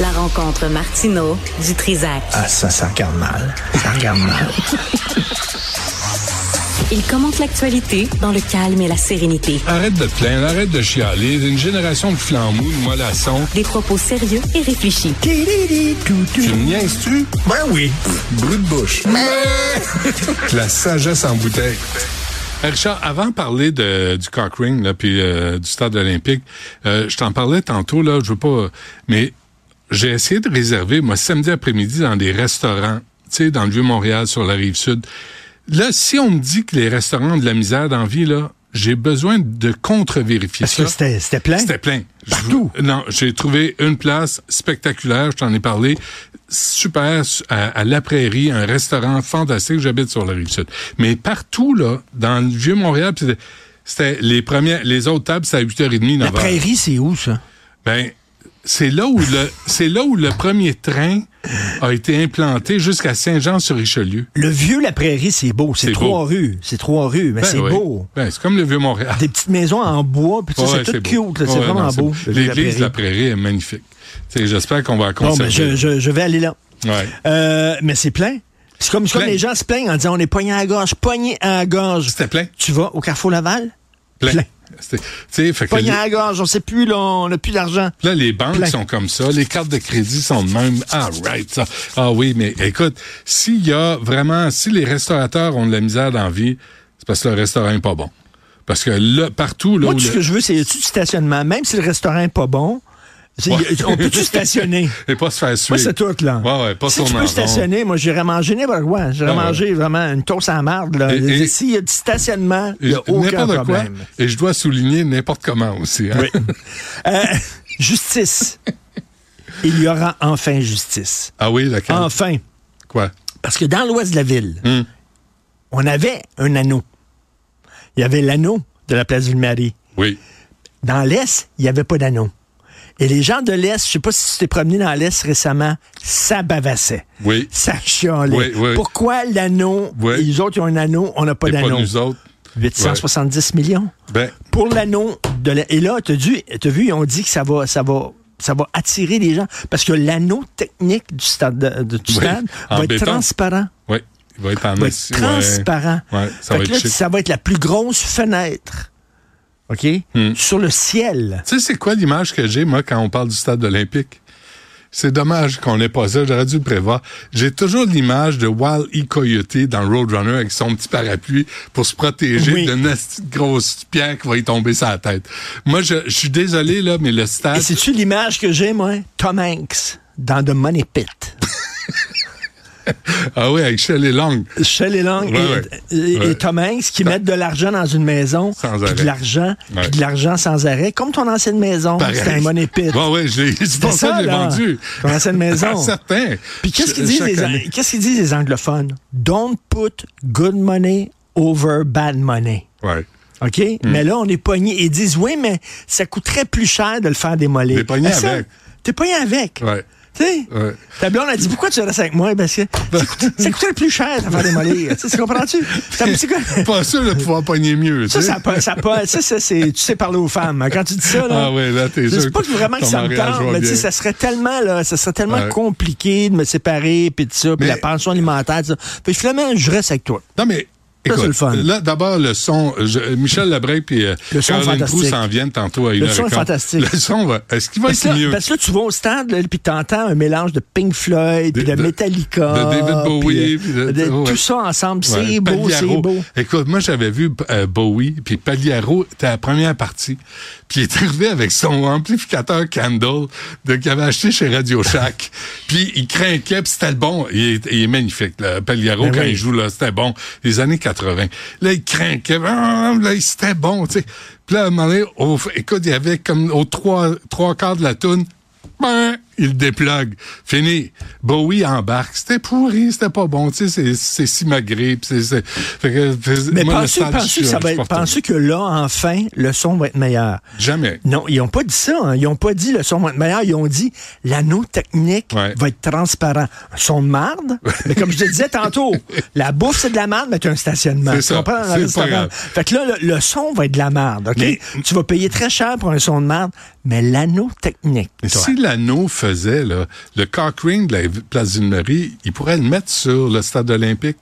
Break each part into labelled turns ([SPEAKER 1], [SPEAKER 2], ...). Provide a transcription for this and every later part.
[SPEAKER 1] La rencontre Martino du Trizac.
[SPEAKER 2] Ah, ça, ça regarde mal. Ça regarde mal.
[SPEAKER 1] Il commente l'actualité dans le calme et la sérénité.
[SPEAKER 3] Arrête de te plaindre, arrête de chialer. Une génération de flambous, de mollassons.
[SPEAKER 1] Des propos sérieux et réfléchis.
[SPEAKER 3] Tu me niaises-tu?
[SPEAKER 2] Ben oui.
[SPEAKER 3] Brut de bouche. La sagesse en bouteille. Euh, Richard, avant de parler de, du cock ring, là, puis euh, du stade olympique, euh, je t'en parlais tantôt, là, je veux pas... Mais j'ai essayé de réserver, moi, samedi après-midi, dans des restaurants, tu sais, dans le Vieux-Montréal, sur la Rive-Sud. Là, si on me dit que les restaurants ont de la misère dans la vie, là, j'ai besoin de contre-vérifier
[SPEAKER 2] Parce
[SPEAKER 3] ça.
[SPEAKER 2] que c'était c'était plein.
[SPEAKER 3] C'était plein. Je-
[SPEAKER 2] Partout.
[SPEAKER 3] non, j'ai trouvé une place spectaculaire, je t'en ai parlé. Super, su- à, à La Prairie, un restaurant fantastique, j'habite sur la rive sud. Mais partout, là, dans le vieux Montréal, pis c'était- c'était les premières, les autres tables, c'était à 8h30, 9h.
[SPEAKER 2] La prairie, c'est où, ça?
[SPEAKER 3] Ben, c'est là où le, c'est là où le premier train a été implanté jusqu'à Saint-Jean-sur-Richelieu.
[SPEAKER 2] Le vieux La Prairie, c'est beau. C'est
[SPEAKER 3] C'est
[SPEAKER 2] trois
[SPEAKER 3] beau.
[SPEAKER 2] rues. C'est trois rues, mais
[SPEAKER 3] Ben
[SPEAKER 2] c'est
[SPEAKER 3] oui.
[SPEAKER 2] beau.
[SPEAKER 3] Ben, c'est comme le vieux Montréal.
[SPEAKER 2] Des petites maisons en bois, puis ça,
[SPEAKER 3] Ouais,
[SPEAKER 2] c'est tout
[SPEAKER 3] beau.
[SPEAKER 2] cute. là, C'est
[SPEAKER 3] Ouais,
[SPEAKER 2] vraiment
[SPEAKER 3] non,
[SPEAKER 2] beau.
[SPEAKER 3] beau.
[SPEAKER 2] le vieux
[SPEAKER 3] L'église de la Prairie est magnifique. Tu sais, J'espère qu'on va la
[SPEAKER 2] Non, mais ben, je,
[SPEAKER 3] conserver.
[SPEAKER 2] je- je vais aller là.
[SPEAKER 3] Ouais.
[SPEAKER 2] Euh, mais c'est plein. C'est comme, c'est comme
[SPEAKER 3] Plein.
[SPEAKER 2] les gens se plaignent en disant on est poigné à la gorge, poigné à la gorge.
[SPEAKER 3] C'était plein.
[SPEAKER 2] Tu vas au Carrefour Laval?
[SPEAKER 3] Plein.
[SPEAKER 2] Plein.
[SPEAKER 3] C'était- tu sais, fait que
[SPEAKER 2] Poigné
[SPEAKER 3] les-
[SPEAKER 2] à la gorge, on sait plus, là, on n'a plus d'argent.
[SPEAKER 3] Là, les banques
[SPEAKER 2] Plein.
[SPEAKER 3] sont comme ça, les cartes de crédit sont de même. Ah, right, ça. Ah oui, mais écoute, s'il y a vraiment, si les restaurateurs ont de la misère dans la vie, c'est parce que le restaurant est pas bon. Parce que là, partout, là
[SPEAKER 2] Moi,
[SPEAKER 3] où
[SPEAKER 2] tout ce
[SPEAKER 3] le-
[SPEAKER 2] que je veux, c'est du stationnement. Même si le restaurant n'est pas bon, c'est-
[SPEAKER 3] Ouais.
[SPEAKER 2] on peut-tu stationner?
[SPEAKER 3] Et pas se faire suivre.
[SPEAKER 2] Moi, c'est tout, là.
[SPEAKER 3] Ouais, ouais, pas
[SPEAKER 2] si tu
[SPEAKER 3] tourner en
[SPEAKER 2] peux
[SPEAKER 3] rond.
[SPEAKER 2] stationner, moi, j'irais manger n'importe quoi. J'irais
[SPEAKER 3] Ah, ouais.
[SPEAKER 2] manger vraiment une toast à la marde, là.
[SPEAKER 3] Et- et-
[SPEAKER 2] S'il y a du stationnement, il
[SPEAKER 3] Et
[SPEAKER 2] n'y a aucun
[SPEAKER 3] n'importe quoi.
[SPEAKER 2] problème.
[SPEAKER 3] Et je dois souligner n'importe comment aussi. hein.
[SPEAKER 2] Euh, justice. il y aura enfin justice.
[SPEAKER 3] Ah oui, laquelle?
[SPEAKER 2] Enfin.
[SPEAKER 3] Quoi?
[SPEAKER 2] Parce que dans l'ouest de la ville,
[SPEAKER 3] Hmm.
[SPEAKER 2] on avait un anneau. Il y avait l'anneau de la place Ville-Marie.
[SPEAKER 3] Oui.
[SPEAKER 2] Dans l'Est, il n'y avait pas d'anneau. Et les gens de l'Est, je sais pas si tu t'es promené dans l'Est récemment, ça bavassait.
[SPEAKER 3] Oui.
[SPEAKER 2] Ça chialait.
[SPEAKER 3] Oui, oui.
[SPEAKER 2] Pourquoi l'anneau,
[SPEAKER 3] Oui.
[SPEAKER 2] les autres ils ont un anneau, on n'a pas
[SPEAKER 3] Et pas
[SPEAKER 2] d'anneau?
[SPEAKER 3] nous autres.
[SPEAKER 2] 870 millions.
[SPEAKER 3] Ben,
[SPEAKER 2] Pour l'anneau de la- Et là, t'as dû, t'as vu, ils ont dit que ça va, ça va, ça va attirer les gens. Parce que l'anneau technique du stade, de- de- du
[SPEAKER 3] Oui,
[SPEAKER 2] stade
[SPEAKER 3] en
[SPEAKER 2] va être
[SPEAKER 3] béton.
[SPEAKER 2] transparent.
[SPEAKER 3] oui. Il va être en
[SPEAKER 2] Va être
[SPEAKER 3] acier, ouais.
[SPEAKER 2] transparent.
[SPEAKER 3] Ouais, ça va
[SPEAKER 2] Fait que
[SPEAKER 3] être
[SPEAKER 2] là,
[SPEAKER 3] chic.
[SPEAKER 2] ça va être la plus grosse fenêtre. OK?
[SPEAKER 3] Hmm.
[SPEAKER 2] Sur le ciel.
[SPEAKER 3] Tu sais, c'est quoi l'image que j'ai, moi, quand on parle du stade olympique? C'est dommage qu'on n'ait pas ça, j'aurais dû le prévoir. J'ai toujours l'image de Wild E. Coyote dans Roadrunner avec son petit parapluie pour se protéger
[SPEAKER 2] Oui.
[SPEAKER 3] d'une asti de grosse pierre qui va y tomber sur la tête. Moi, je, je suis désolé, là, mais le
[SPEAKER 2] Et
[SPEAKER 3] stade...
[SPEAKER 2] c'est-tu l'image que j'ai, moi? Tom Hanks dans The Money Pit.
[SPEAKER 3] Ah oui, avec Shelley Long.
[SPEAKER 2] Shelley Long
[SPEAKER 3] Ouais, ouais.
[SPEAKER 2] et, et- et
[SPEAKER 3] Ouais.
[SPEAKER 2] Tom Hanks qui mettent de l'argent dans une maison,
[SPEAKER 3] Sans
[SPEAKER 2] puis de
[SPEAKER 3] arrêt.
[SPEAKER 2] l'argent,
[SPEAKER 3] Ouais.
[SPEAKER 2] puis de l'argent sans arrêt, comme ton ancienne maison.
[SPEAKER 3] Pareil.
[SPEAKER 2] C'était un money pit.
[SPEAKER 3] Ouais, ouais, je l'ai- c'est pour
[SPEAKER 2] C'est
[SPEAKER 3] ça,
[SPEAKER 2] ça,
[SPEAKER 3] que je l'ai
[SPEAKER 2] là.
[SPEAKER 3] vendu.
[SPEAKER 2] Ton ancienne maison.
[SPEAKER 3] Ah, certain.
[SPEAKER 2] Puis qu'est-ce
[SPEAKER 3] Ch-
[SPEAKER 2] qu'ils disent,
[SPEAKER 3] chaque
[SPEAKER 2] les An-
[SPEAKER 3] année.
[SPEAKER 2] qu'est-ce qu'ils disent les anglophones? Don't put good money over bad money.
[SPEAKER 3] Ouais.
[SPEAKER 2] OK?
[SPEAKER 3] Hmm.
[SPEAKER 2] Mais là, on est pogné. Ils disent, oui, mais ça coûterait plus cher de le faire démolir.
[SPEAKER 3] T'es pogné
[SPEAKER 2] Ah, ça,
[SPEAKER 3] avec.
[SPEAKER 2] T'es pogné avec.
[SPEAKER 3] Ouais.
[SPEAKER 2] Tu sais?
[SPEAKER 3] Ouais.
[SPEAKER 2] Ta blonde a dit, pourquoi tu restes avec moi? Parce que ça, coûte- ça coûterait plus cher de le faire démolir. tu sais, comprends-tu? Ça me dit quoi?
[SPEAKER 3] Pas sûr de pouvoir pogner mieux.
[SPEAKER 2] Ça,
[SPEAKER 3] tu sais.
[SPEAKER 2] ça, pa- ça, pa- ça, ça, c'est, tu sais parler aux femmes. hein. Quand tu dis ça, là.
[SPEAKER 3] Ah ouais, là, t'es
[SPEAKER 2] je sais
[SPEAKER 3] sûr
[SPEAKER 2] pas
[SPEAKER 3] que
[SPEAKER 2] vraiment que
[SPEAKER 3] ton
[SPEAKER 2] ça me
[SPEAKER 3] mariage
[SPEAKER 2] tente,
[SPEAKER 3] va
[SPEAKER 2] mais tu sais,
[SPEAKER 3] bien.
[SPEAKER 2] ça serait tellement, là, ça serait tellement
[SPEAKER 3] Ouais.
[SPEAKER 2] compliqué de me séparer, puis de ça, puis
[SPEAKER 3] Mais-
[SPEAKER 2] la pension alimentaire, tout ça. Puis finalement, je reste avec toi.
[SPEAKER 3] Non, mais
[SPEAKER 2] Ça, c'est le
[SPEAKER 3] Écoute,
[SPEAKER 2] fun.
[SPEAKER 3] là, d'abord, le son. je- Michel Labrec puis euh,
[SPEAKER 2] Le son est
[SPEAKER 3] Caroline Proulx
[SPEAKER 2] fantastique.
[SPEAKER 3] s'en viennent tantôt à une
[SPEAKER 2] Le
[SPEAKER 3] heure
[SPEAKER 2] son
[SPEAKER 3] et
[SPEAKER 2] est
[SPEAKER 3] quart.
[SPEAKER 2] fantastique.
[SPEAKER 3] Le son va. Est-ce qu'il va
[SPEAKER 2] Parce que,
[SPEAKER 3] être
[SPEAKER 2] là,
[SPEAKER 3] mieux?
[SPEAKER 2] parce que là, tu vas au stade, là, puis t'entends un mélange de Pink Floyd, puis
[SPEAKER 3] De-
[SPEAKER 2] de,
[SPEAKER 3] de-
[SPEAKER 2] Metallica.
[SPEAKER 3] de David Bowie,
[SPEAKER 2] puis,
[SPEAKER 3] puis de-
[SPEAKER 2] euh, de-
[SPEAKER 3] ouais.
[SPEAKER 2] Tout ça ensemble, c'est
[SPEAKER 3] Ouais,
[SPEAKER 2] beau, c'est
[SPEAKER 3] Pagliaro.
[SPEAKER 2] beau.
[SPEAKER 3] Écoute, moi, j'avais vu euh, Bowie, puis Pagliaro était à la première partie, puis il est arrivé avec son amplificateur Candle de, qu'il avait acheté chez Radio Shack, puis il craquait, puis c'était le bon. Il est, il est magnifique, là. Pagliaro,
[SPEAKER 2] Ben
[SPEAKER 3] quand
[SPEAKER 2] oui.
[SPEAKER 3] il joue, là, c'était bon. Les années 80. Là, il craquait, ah, là, c'était bon, tu sais. Puis là, à un moment donné, au- écoute, il y avait comme aux trois, trois quarts de la toune, ben, il déplugue. Fini. Bowie embarque. C'était pourri, c'était pas bon. Tu sais, c'est- c'est si magré. pis c'est- c'est- fait que- fait-
[SPEAKER 2] Mais
[SPEAKER 3] moi,
[SPEAKER 2] penses-tu
[SPEAKER 3] le stade,
[SPEAKER 2] penses-tu
[SPEAKER 3] je
[SPEAKER 2] que,
[SPEAKER 3] suis-
[SPEAKER 2] ça
[SPEAKER 3] je
[SPEAKER 2] va
[SPEAKER 3] suis
[SPEAKER 2] être-
[SPEAKER 3] pas
[SPEAKER 2] penses-tu que là, enfin, le son va être meilleur?
[SPEAKER 3] retourné. Jamais.
[SPEAKER 2] Non, ils n'ont pas dit ça. hein. Ils n'ont pas dit le son va être meilleur. Ils ont dit l'anneau technique
[SPEAKER 3] Ouais.
[SPEAKER 2] va être transparent. Un son de marde. mais comme je te disais tantôt, la bouffe, c'est de la marde, mais tu as un stationnement.
[SPEAKER 3] C'est
[SPEAKER 2] Tu
[SPEAKER 3] ça. C'est
[SPEAKER 2] comprends? Dans un
[SPEAKER 3] pas
[SPEAKER 2] restaurant.
[SPEAKER 3] grave.
[SPEAKER 2] Fait que là, le, le son va être de la marde. OK?
[SPEAKER 3] Mais-
[SPEAKER 2] Tu vas payer très cher pour un son de marde, mais l'anneau technique.
[SPEAKER 3] Mais
[SPEAKER 2] toi,
[SPEAKER 3] Si l'anneau faisait là, le cock ring de la place d'une Marie, il pourrait le mettre sur le stade olympique.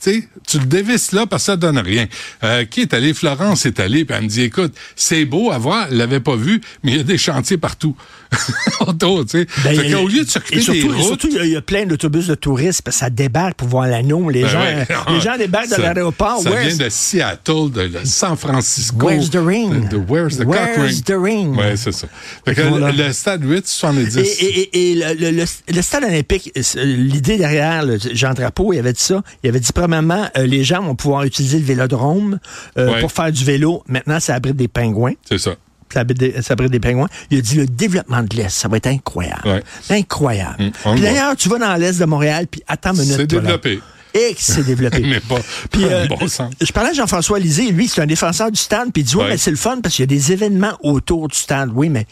[SPEAKER 3] Tu sais, tu le dévisses là parce que ça donne rien. Euh, qui est allé? Florence est allée, puis elle me dit, écoute, c'est beau à voir, elle l'avait pas vu, mais il y a des chantiers partout. Autour, tu sais. fait
[SPEAKER 2] Ben, il y a-
[SPEAKER 3] qu'au lieu de
[SPEAKER 2] et
[SPEAKER 3] s'occuper
[SPEAKER 2] surtout,
[SPEAKER 3] des routes...
[SPEAKER 2] surtout, il y a- il y a plein d'autobus de touristes parce que ça débarque pour voir l'anneau. Les,
[SPEAKER 3] Ben
[SPEAKER 2] gens, euh,
[SPEAKER 3] ouais.
[SPEAKER 2] les gens débarquent
[SPEAKER 3] Ça-
[SPEAKER 2] de l'aéroport.
[SPEAKER 3] Ça
[SPEAKER 2] Where's-
[SPEAKER 3] vient de Seattle, de, de San Francisco.
[SPEAKER 2] Where's the ring?
[SPEAKER 3] De, de where's the
[SPEAKER 2] Where's
[SPEAKER 3] cock ring?
[SPEAKER 2] the ring?
[SPEAKER 3] Ouais, c'est ça. Fait que
[SPEAKER 2] Voilà.
[SPEAKER 3] le, le stade 8, 70.
[SPEAKER 2] Et, et- et- et le, le- le- le stade olympique, euh, c'est- l'idée derrière, le- Jean Drapeau, il avait dit ça. Il avait dit, premièrement, euh, les gens vont pouvoir utiliser le vélodrome euh,
[SPEAKER 3] Ouais.
[SPEAKER 2] pour faire du vélo. Maintenant, ça abrite des pingouins.
[SPEAKER 3] C'est ça.
[SPEAKER 2] Ça abrite des, ça abrite des pingouins. Il a dit, le développement de l'Est, ça va être incroyable.
[SPEAKER 3] Ouais.
[SPEAKER 2] Incroyable.
[SPEAKER 3] Mm, on
[SPEAKER 2] Puis
[SPEAKER 3] le voit.
[SPEAKER 2] D'ailleurs, tu vas dans l'Est de Montréal, puis attends une minute.
[SPEAKER 3] C'est
[SPEAKER 2] toi, là.
[SPEAKER 3] développé.
[SPEAKER 2] Et que c'est développé.
[SPEAKER 3] Mais pas,
[SPEAKER 2] Puis,
[SPEAKER 3] pas
[SPEAKER 2] euh,
[SPEAKER 3] dans le Ah, bon sens.
[SPEAKER 2] Je parlais à Jean-François Lisée, lui, c'est un défenseur du stade, puis il dit, ouais,
[SPEAKER 3] Ouais.
[SPEAKER 2] mais c'est le fun parce qu'il y a des événements autour du stade, oui, mais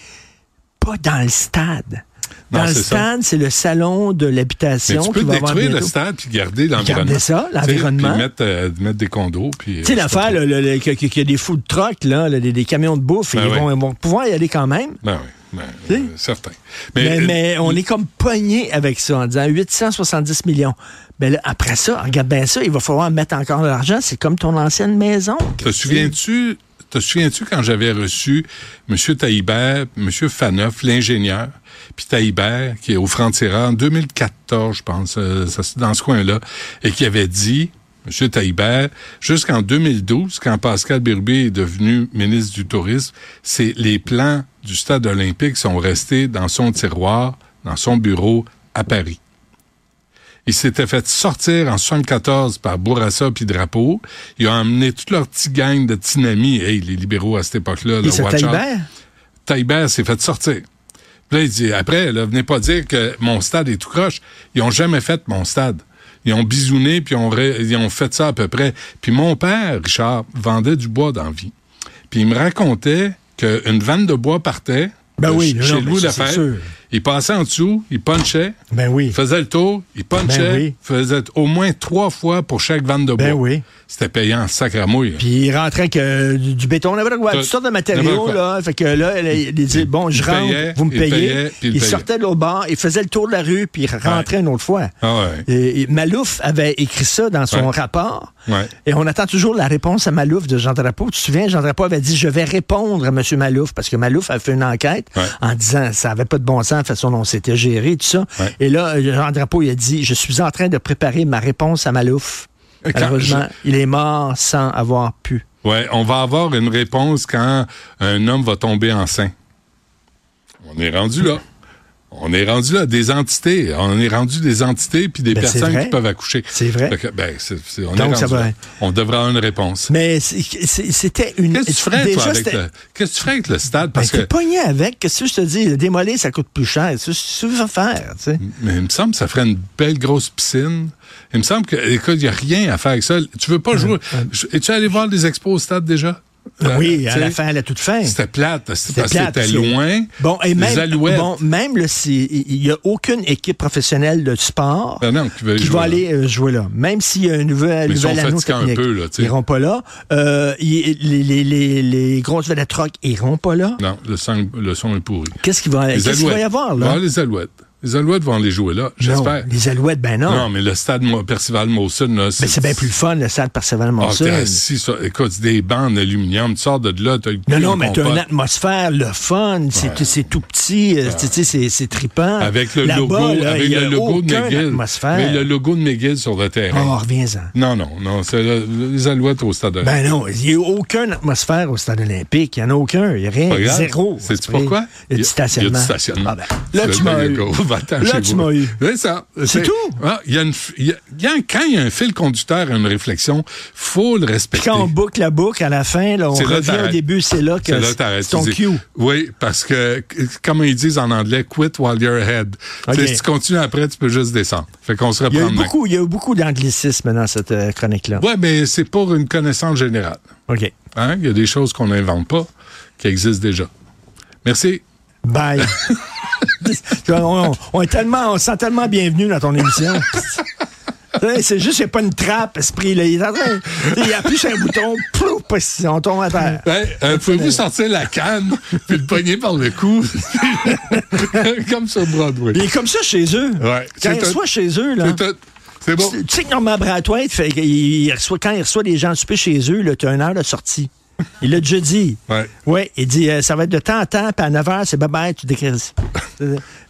[SPEAKER 2] pas dans le stade. Dans
[SPEAKER 3] Non,
[SPEAKER 2] le
[SPEAKER 3] c'est ça.
[SPEAKER 2] stade, c'est le salon de
[SPEAKER 3] Mais
[SPEAKER 2] l'habitation
[SPEAKER 3] tu
[SPEAKER 2] qui
[SPEAKER 3] peux
[SPEAKER 2] va avoir
[SPEAKER 3] détruire le
[SPEAKER 2] bientôt.
[SPEAKER 3] stade puis garder l'environnement.
[SPEAKER 2] Garder ça,
[SPEAKER 3] Tu sais,
[SPEAKER 2] l'environnement.
[SPEAKER 3] Puis mettre, euh, mettre des condos. puis, euh,
[SPEAKER 2] Tu sais,
[SPEAKER 3] c'est
[SPEAKER 2] l'affaire,
[SPEAKER 3] tout.
[SPEAKER 2] là, le- le- que- que- qu'il y a des food trucks, là, le- des, des camions de bouffe,
[SPEAKER 3] Ben
[SPEAKER 2] ils,
[SPEAKER 3] oui.
[SPEAKER 2] vont, ils vont pouvoir y aller quand même.
[SPEAKER 3] Ben oui, ben,
[SPEAKER 2] Tu sais?
[SPEAKER 3] euh, certain.
[SPEAKER 2] Mais,
[SPEAKER 3] euh,
[SPEAKER 2] mais on est comme pogné avec ça en disant 870 millions. Mais là, après ça, regarde bien ça, il va falloir mettre encore de l'argent. C'est comme ton ancienne maison.
[SPEAKER 3] Te souviens-tu, te souviens-tu quand j'avais reçu M. Taïbert, M. Faneuf, l'ingénieur, puis Taïbert, qui est au Franc-Tireur, en 2014, je pense, euh, ça, c'est dans ce coin-là, et qui avait dit, M. Taïbert, jusqu'en 2012, quand Pascal Birubé est devenu ministre du Tourisme, c'est les plans du stade olympique sont restés dans son tiroir, dans son bureau, à Paris. Il s'était fait sortir en 74 par Bourassa puis Drapeau. Il a emmené toute leur petite gang de tinamis. Hey, les libéraux à cette époque-là,
[SPEAKER 2] Et
[SPEAKER 3] le
[SPEAKER 2] ce
[SPEAKER 3] Watch Out.
[SPEAKER 2] Talbert,
[SPEAKER 3] Taïbert s'est fait sortir. Puis là, il dit, après, là, venez pas dire que mon stade est tout croche. Ils ont jamais fait mon stade. Ils ont bisouné, puis ils ont ré- ils ont fait ça à peu près. Puis mon père, Richard, vendait du bois dans la vie. Puis il me racontait qu'une vanne de bois partait
[SPEAKER 2] Ben
[SPEAKER 3] de
[SPEAKER 2] oui,
[SPEAKER 3] ch-
[SPEAKER 2] non,
[SPEAKER 3] chez
[SPEAKER 2] mais
[SPEAKER 3] Lou
[SPEAKER 2] ça, c'est
[SPEAKER 3] Lafayette.
[SPEAKER 2] sûr.
[SPEAKER 3] Il passait en dessous, il punchait,
[SPEAKER 2] ben oui.
[SPEAKER 3] il faisait le tour, il punchait,
[SPEAKER 2] Ben oui.
[SPEAKER 3] faisait au moins trois fois pour chaque vanne de bois.
[SPEAKER 2] Ben oui.
[SPEAKER 3] C'était payant, sacre à mouille.
[SPEAKER 2] Puis il rentrait avec euh, du, du béton, n'importe quoi,
[SPEAKER 3] Tout.
[SPEAKER 2] toutes sortes de
[SPEAKER 3] N'importe
[SPEAKER 2] matériaux.
[SPEAKER 3] quoi.
[SPEAKER 2] Là, fait que là, il, il disait, bon, je
[SPEAKER 3] il
[SPEAKER 2] rentre,
[SPEAKER 3] payait,
[SPEAKER 2] vous me
[SPEAKER 3] il
[SPEAKER 2] payez.
[SPEAKER 3] payait, puis il
[SPEAKER 2] il
[SPEAKER 3] payait.
[SPEAKER 2] sortait de l'autre bord, il faisait le tour de la rue, puis il rentrait une autre fois.
[SPEAKER 3] Ah ouais.
[SPEAKER 2] Et- et Malouf avait écrit ça dans son
[SPEAKER 3] Ouais.
[SPEAKER 2] rapport.
[SPEAKER 3] Ouais.
[SPEAKER 2] Et on attend toujours la réponse à Malouf de Jean Drapeau. Tu te souviens, Jean Drapeau avait dit Je vais répondre à M. Malouf, parce que Malouf a fait une enquête
[SPEAKER 3] Ouais.
[SPEAKER 2] en disant Ça n'avait pas de bon sens, la façon dont c'était géré, tout ça.
[SPEAKER 3] Ouais.
[SPEAKER 2] Et là, euh, Jean Drapeau, il a dit Je suis en train de préparer ma réponse à Malouf.
[SPEAKER 3] Et quand
[SPEAKER 2] Malheureusement, il est mort sans avoir pu.
[SPEAKER 3] Ouais, on va avoir une réponse quand un homme va tomber enceint. On est rendu là. On est rendu là, des entités. On est rendu des entités puis des
[SPEAKER 2] Ben, c'est
[SPEAKER 3] personnes
[SPEAKER 2] vrai.
[SPEAKER 3] qui peuvent accoucher.
[SPEAKER 2] C'est vrai.
[SPEAKER 3] Fait que, ben, c'est- c'est- on est
[SPEAKER 2] Donc, ça
[SPEAKER 3] rendu
[SPEAKER 2] va-
[SPEAKER 3] là. On devra avoir une réponse.
[SPEAKER 2] Mais c'est- c'est- c'était une.
[SPEAKER 3] Qu'est-ce que tu ferais, toi,
[SPEAKER 2] déjà,
[SPEAKER 3] avec
[SPEAKER 2] c'était-
[SPEAKER 3] le, qu'est-ce que tu ferais avec le stade?
[SPEAKER 2] Ben,
[SPEAKER 3] Parce
[SPEAKER 2] t'es
[SPEAKER 3] que,
[SPEAKER 2] pogné avec. Qu'est-ce que je te dis Le Démolir, ça coûte plus cher. C'est ce que tu veux faire, tu sais.
[SPEAKER 3] mais il me semble que ça ferait une belle grosse piscine. Il me semble que, écoute, il n'y a rien à faire avec ça. Tu veux pas jouer. Je- Es-tu allé voir des expos au stade déjà?
[SPEAKER 2] oui,
[SPEAKER 3] Euh,
[SPEAKER 2] à
[SPEAKER 3] tu
[SPEAKER 2] la
[SPEAKER 3] sais,
[SPEAKER 2] fin, à la toute fin.
[SPEAKER 3] C'était plate. C'était
[SPEAKER 2] C'était
[SPEAKER 3] parce que c'était
[SPEAKER 2] plate, ça.
[SPEAKER 3] loin.
[SPEAKER 2] Bon, et même,
[SPEAKER 3] les alouettes.
[SPEAKER 2] bon, même là, si- il n'y a aucune équipe professionnelle de sport
[SPEAKER 3] Ben non, qui va
[SPEAKER 2] qui
[SPEAKER 3] jouer
[SPEAKER 2] va
[SPEAKER 3] là.
[SPEAKER 2] aller euh, jouer là. Même s'il y a un nouvel,
[SPEAKER 3] ils sont
[SPEAKER 2] nouvel anneau
[SPEAKER 3] fatigants un
[SPEAKER 2] technique.
[SPEAKER 3] peu, là, tu sais.
[SPEAKER 2] ils iront pas là. Euh, y- les, les, les, les grosses vedettes rock iront pas là.
[SPEAKER 3] Non, le son, le son est pourri.
[SPEAKER 2] Qu'est-ce qu'il va,
[SPEAKER 3] Les
[SPEAKER 2] Euh, qu'est-ce qu'il va y
[SPEAKER 3] Alouettes.
[SPEAKER 2] avoir
[SPEAKER 3] Il va y
[SPEAKER 2] là?
[SPEAKER 3] avoir les alouettes. Les Alouettes vont aller jouer là, j'espère.
[SPEAKER 2] Non, les Alouettes, ben non.
[SPEAKER 3] Non, mais le stade Mo- Percival Mawson, là,
[SPEAKER 2] Mais c'est bien plus le fun, le stade Perceval
[SPEAKER 3] Ah,
[SPEAKER 2] Monson.
[SPEAKER 3] t'es assis sur- écoute, c'est des bancs d'aluminium, tu sors de là, t'as le cul
[SPEAKER 2] non, non,
[SPEAKER 3] d'une
[SPEAKER 2] mais t'as
[SPEAKER 3] compote.
[SPEAKER 2] une atmosphère, le fun, c'est tout- c'est tout petit, euh, tu sais, c'est- c'est trippant.
[SPEAKER 3] Avec le
[SPEAKER 2] Là-bas,
[SPEAKER 3] logo,
[SPEAKER 2] là,
[SPEAKER 3] avec
[SPEAKER 2] Ah. il y a
[SPEAKER 3] le logo de
[SPEAKER 2] aucune
[SPEAKER 3] McGill.
[SPEAKER 2] atmosphère.
[SPEAKER 3] Mais le logo de McGill sur le terrain.
[SPEAKER 2] Oh, reviens-en.
[SPEAKER 3] Non, non, non, c'est le- les Alouettes au stade.
[SPEAKER 2] Ben non, il n'y a aucune atmosphère au stade olympique. Il n'y en a aucun. Il n'y a rien.
[SPEAKER 3] Pas grave.
[SPEAKER 2] Zéro.
[SPEAKER 3] Sais-tu pourquoi?
[SPEAKER 2] Il y a du
[SPEAKER 3] Il y
[SPEAKER 2] stationnement.
[SPEAKER 3] a du stationnement.
[SPEAKER 2] Ah ben, là,
[SPEAKER 3] C'est
[SPEAKER 2] tu m'as
[SPEAKER 3] le
[SPEAKER 2] eu.
[SPEAKER 3] gars, va-t'en
[SPEAKER 2] Là,
[SPEAKER 3] chez
[SPEAKER 2] tu
[SPEAKER 3] vous.
[SPEAKER 2] m'as eu.
[SPEAKER 3] C'est ça.
[SPEAKER 2] C'est tout?
[SPEAKER 3] Ah, il y a une f- il y a- il y a un- quand il y a un fil conducteur à une réflexion, faut le
[SPEAKER 2] Puis
[SPEAKER 3] respecter.
[SPEAKER 2] quand on boucle la boucle à la fin, là, on
[SPEAKER 3] C'est là
[SPEAKER 2] revient au
[SPEAKER 3] t'arrêtes.
[SPEAKER 2] début, c'est là que
[SPEAKER 3] C'est là
[SPEAKER 2] c'est-
[SPEAKER 3] t'arrêtes,
[SPEAKER 2] c'est ton
[SPEAKER 3] tu dis-
[SPEAKER 2] cue.
[SPEAKER 3] Oui, parce que, c- comme ils disent en anglais, quit while you're ahead.
[SPEAKER 2] Ok.
[SPEAKER 3] Tu sais, Si tu continues après, tu peux juste descendre. Fait qu'on se
[SPEAKER 2] Il y a
[SPEAKER 3] reprend
[SPEAKER 2] eu
[SPEAKER 3] demain.
[SPEAKER 2] beaucoup, il y a eu beaucoup d'anglicisme dans cette euh, chronique-là.
[SPEAKER 3] Ouais, mais c'est pour une connaissance générale.
[SPEAKER 2] OK.
[SPEAKER 3] Hein? Il y a des choses qu'on n'invente pas, qui existent déjà. Merci.
[SPEAKER 2] Bye. on, on- on est tellement, on se sent tellement bienvenu dans ton émission. Ouais, C'est juste, il n'y a pas une trappe, esprit. Là. Il, est en train- il appuie sur un bouton, plouf, pas- on tombe à terre.
[SPEAKER 3] Ouais, euh, Pouvez-vous sortir la canne puis le poigner par le cou? Comme sur Broadway.
[SPEAKER 2] Il est comme ça chez eux.
[SPEAKER 3] Ouais.
[SPEAKER 2] Quand
[SPEAKER 3] C'est
[SPEAKER 2] ils
[SPEAKER 3] tout.
[SPEAKER 2] soient chez eux, là.
[SPEAKER 3] C'est tout. C'est bon.
[SPEAKER 2] Tu tu sais que Norman Brathwaite, fait, il il reçoit, quand il reçoit des gens souper chez eux, là, tu as une heure de sortie. Il l'a déjà dit.
[SPEAKER 3] Ouais.
[SPEAKER 2] Ouais, il dit, euh, ça va être de temps en temps, puis à 9 h, c'est bye-bye, tu décris.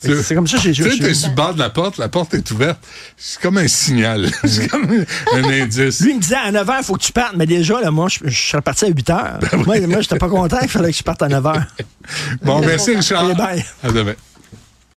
[SPEAKER 2] C'est c'est comme ça chez
[SPEAKER 3] Tu
[SPEAKER 2] eux.
[SPEAKER 3] sais, t'es
[SPEAKER 2] chez
[SPEAKER 3] sur
[SPEAKER 2] eux.
[SPEAKER 3] le bord de la porte, la porte est ouverte. C'est comme un signal. C'est comme un indice.
[SPEAKER 2] Lui, il me disait, à 9 h, il faut que tu partes. Mais déjà, là, moi, je, je serais parti à 8 h. Moi, moi j'étais pas content qu'il fallait que je parte à 9 h.
[SPEAKER 3] Bon, merci Richard.
[SPEAKER 2] Allez, bye.
[SPEAKER 3] À demain.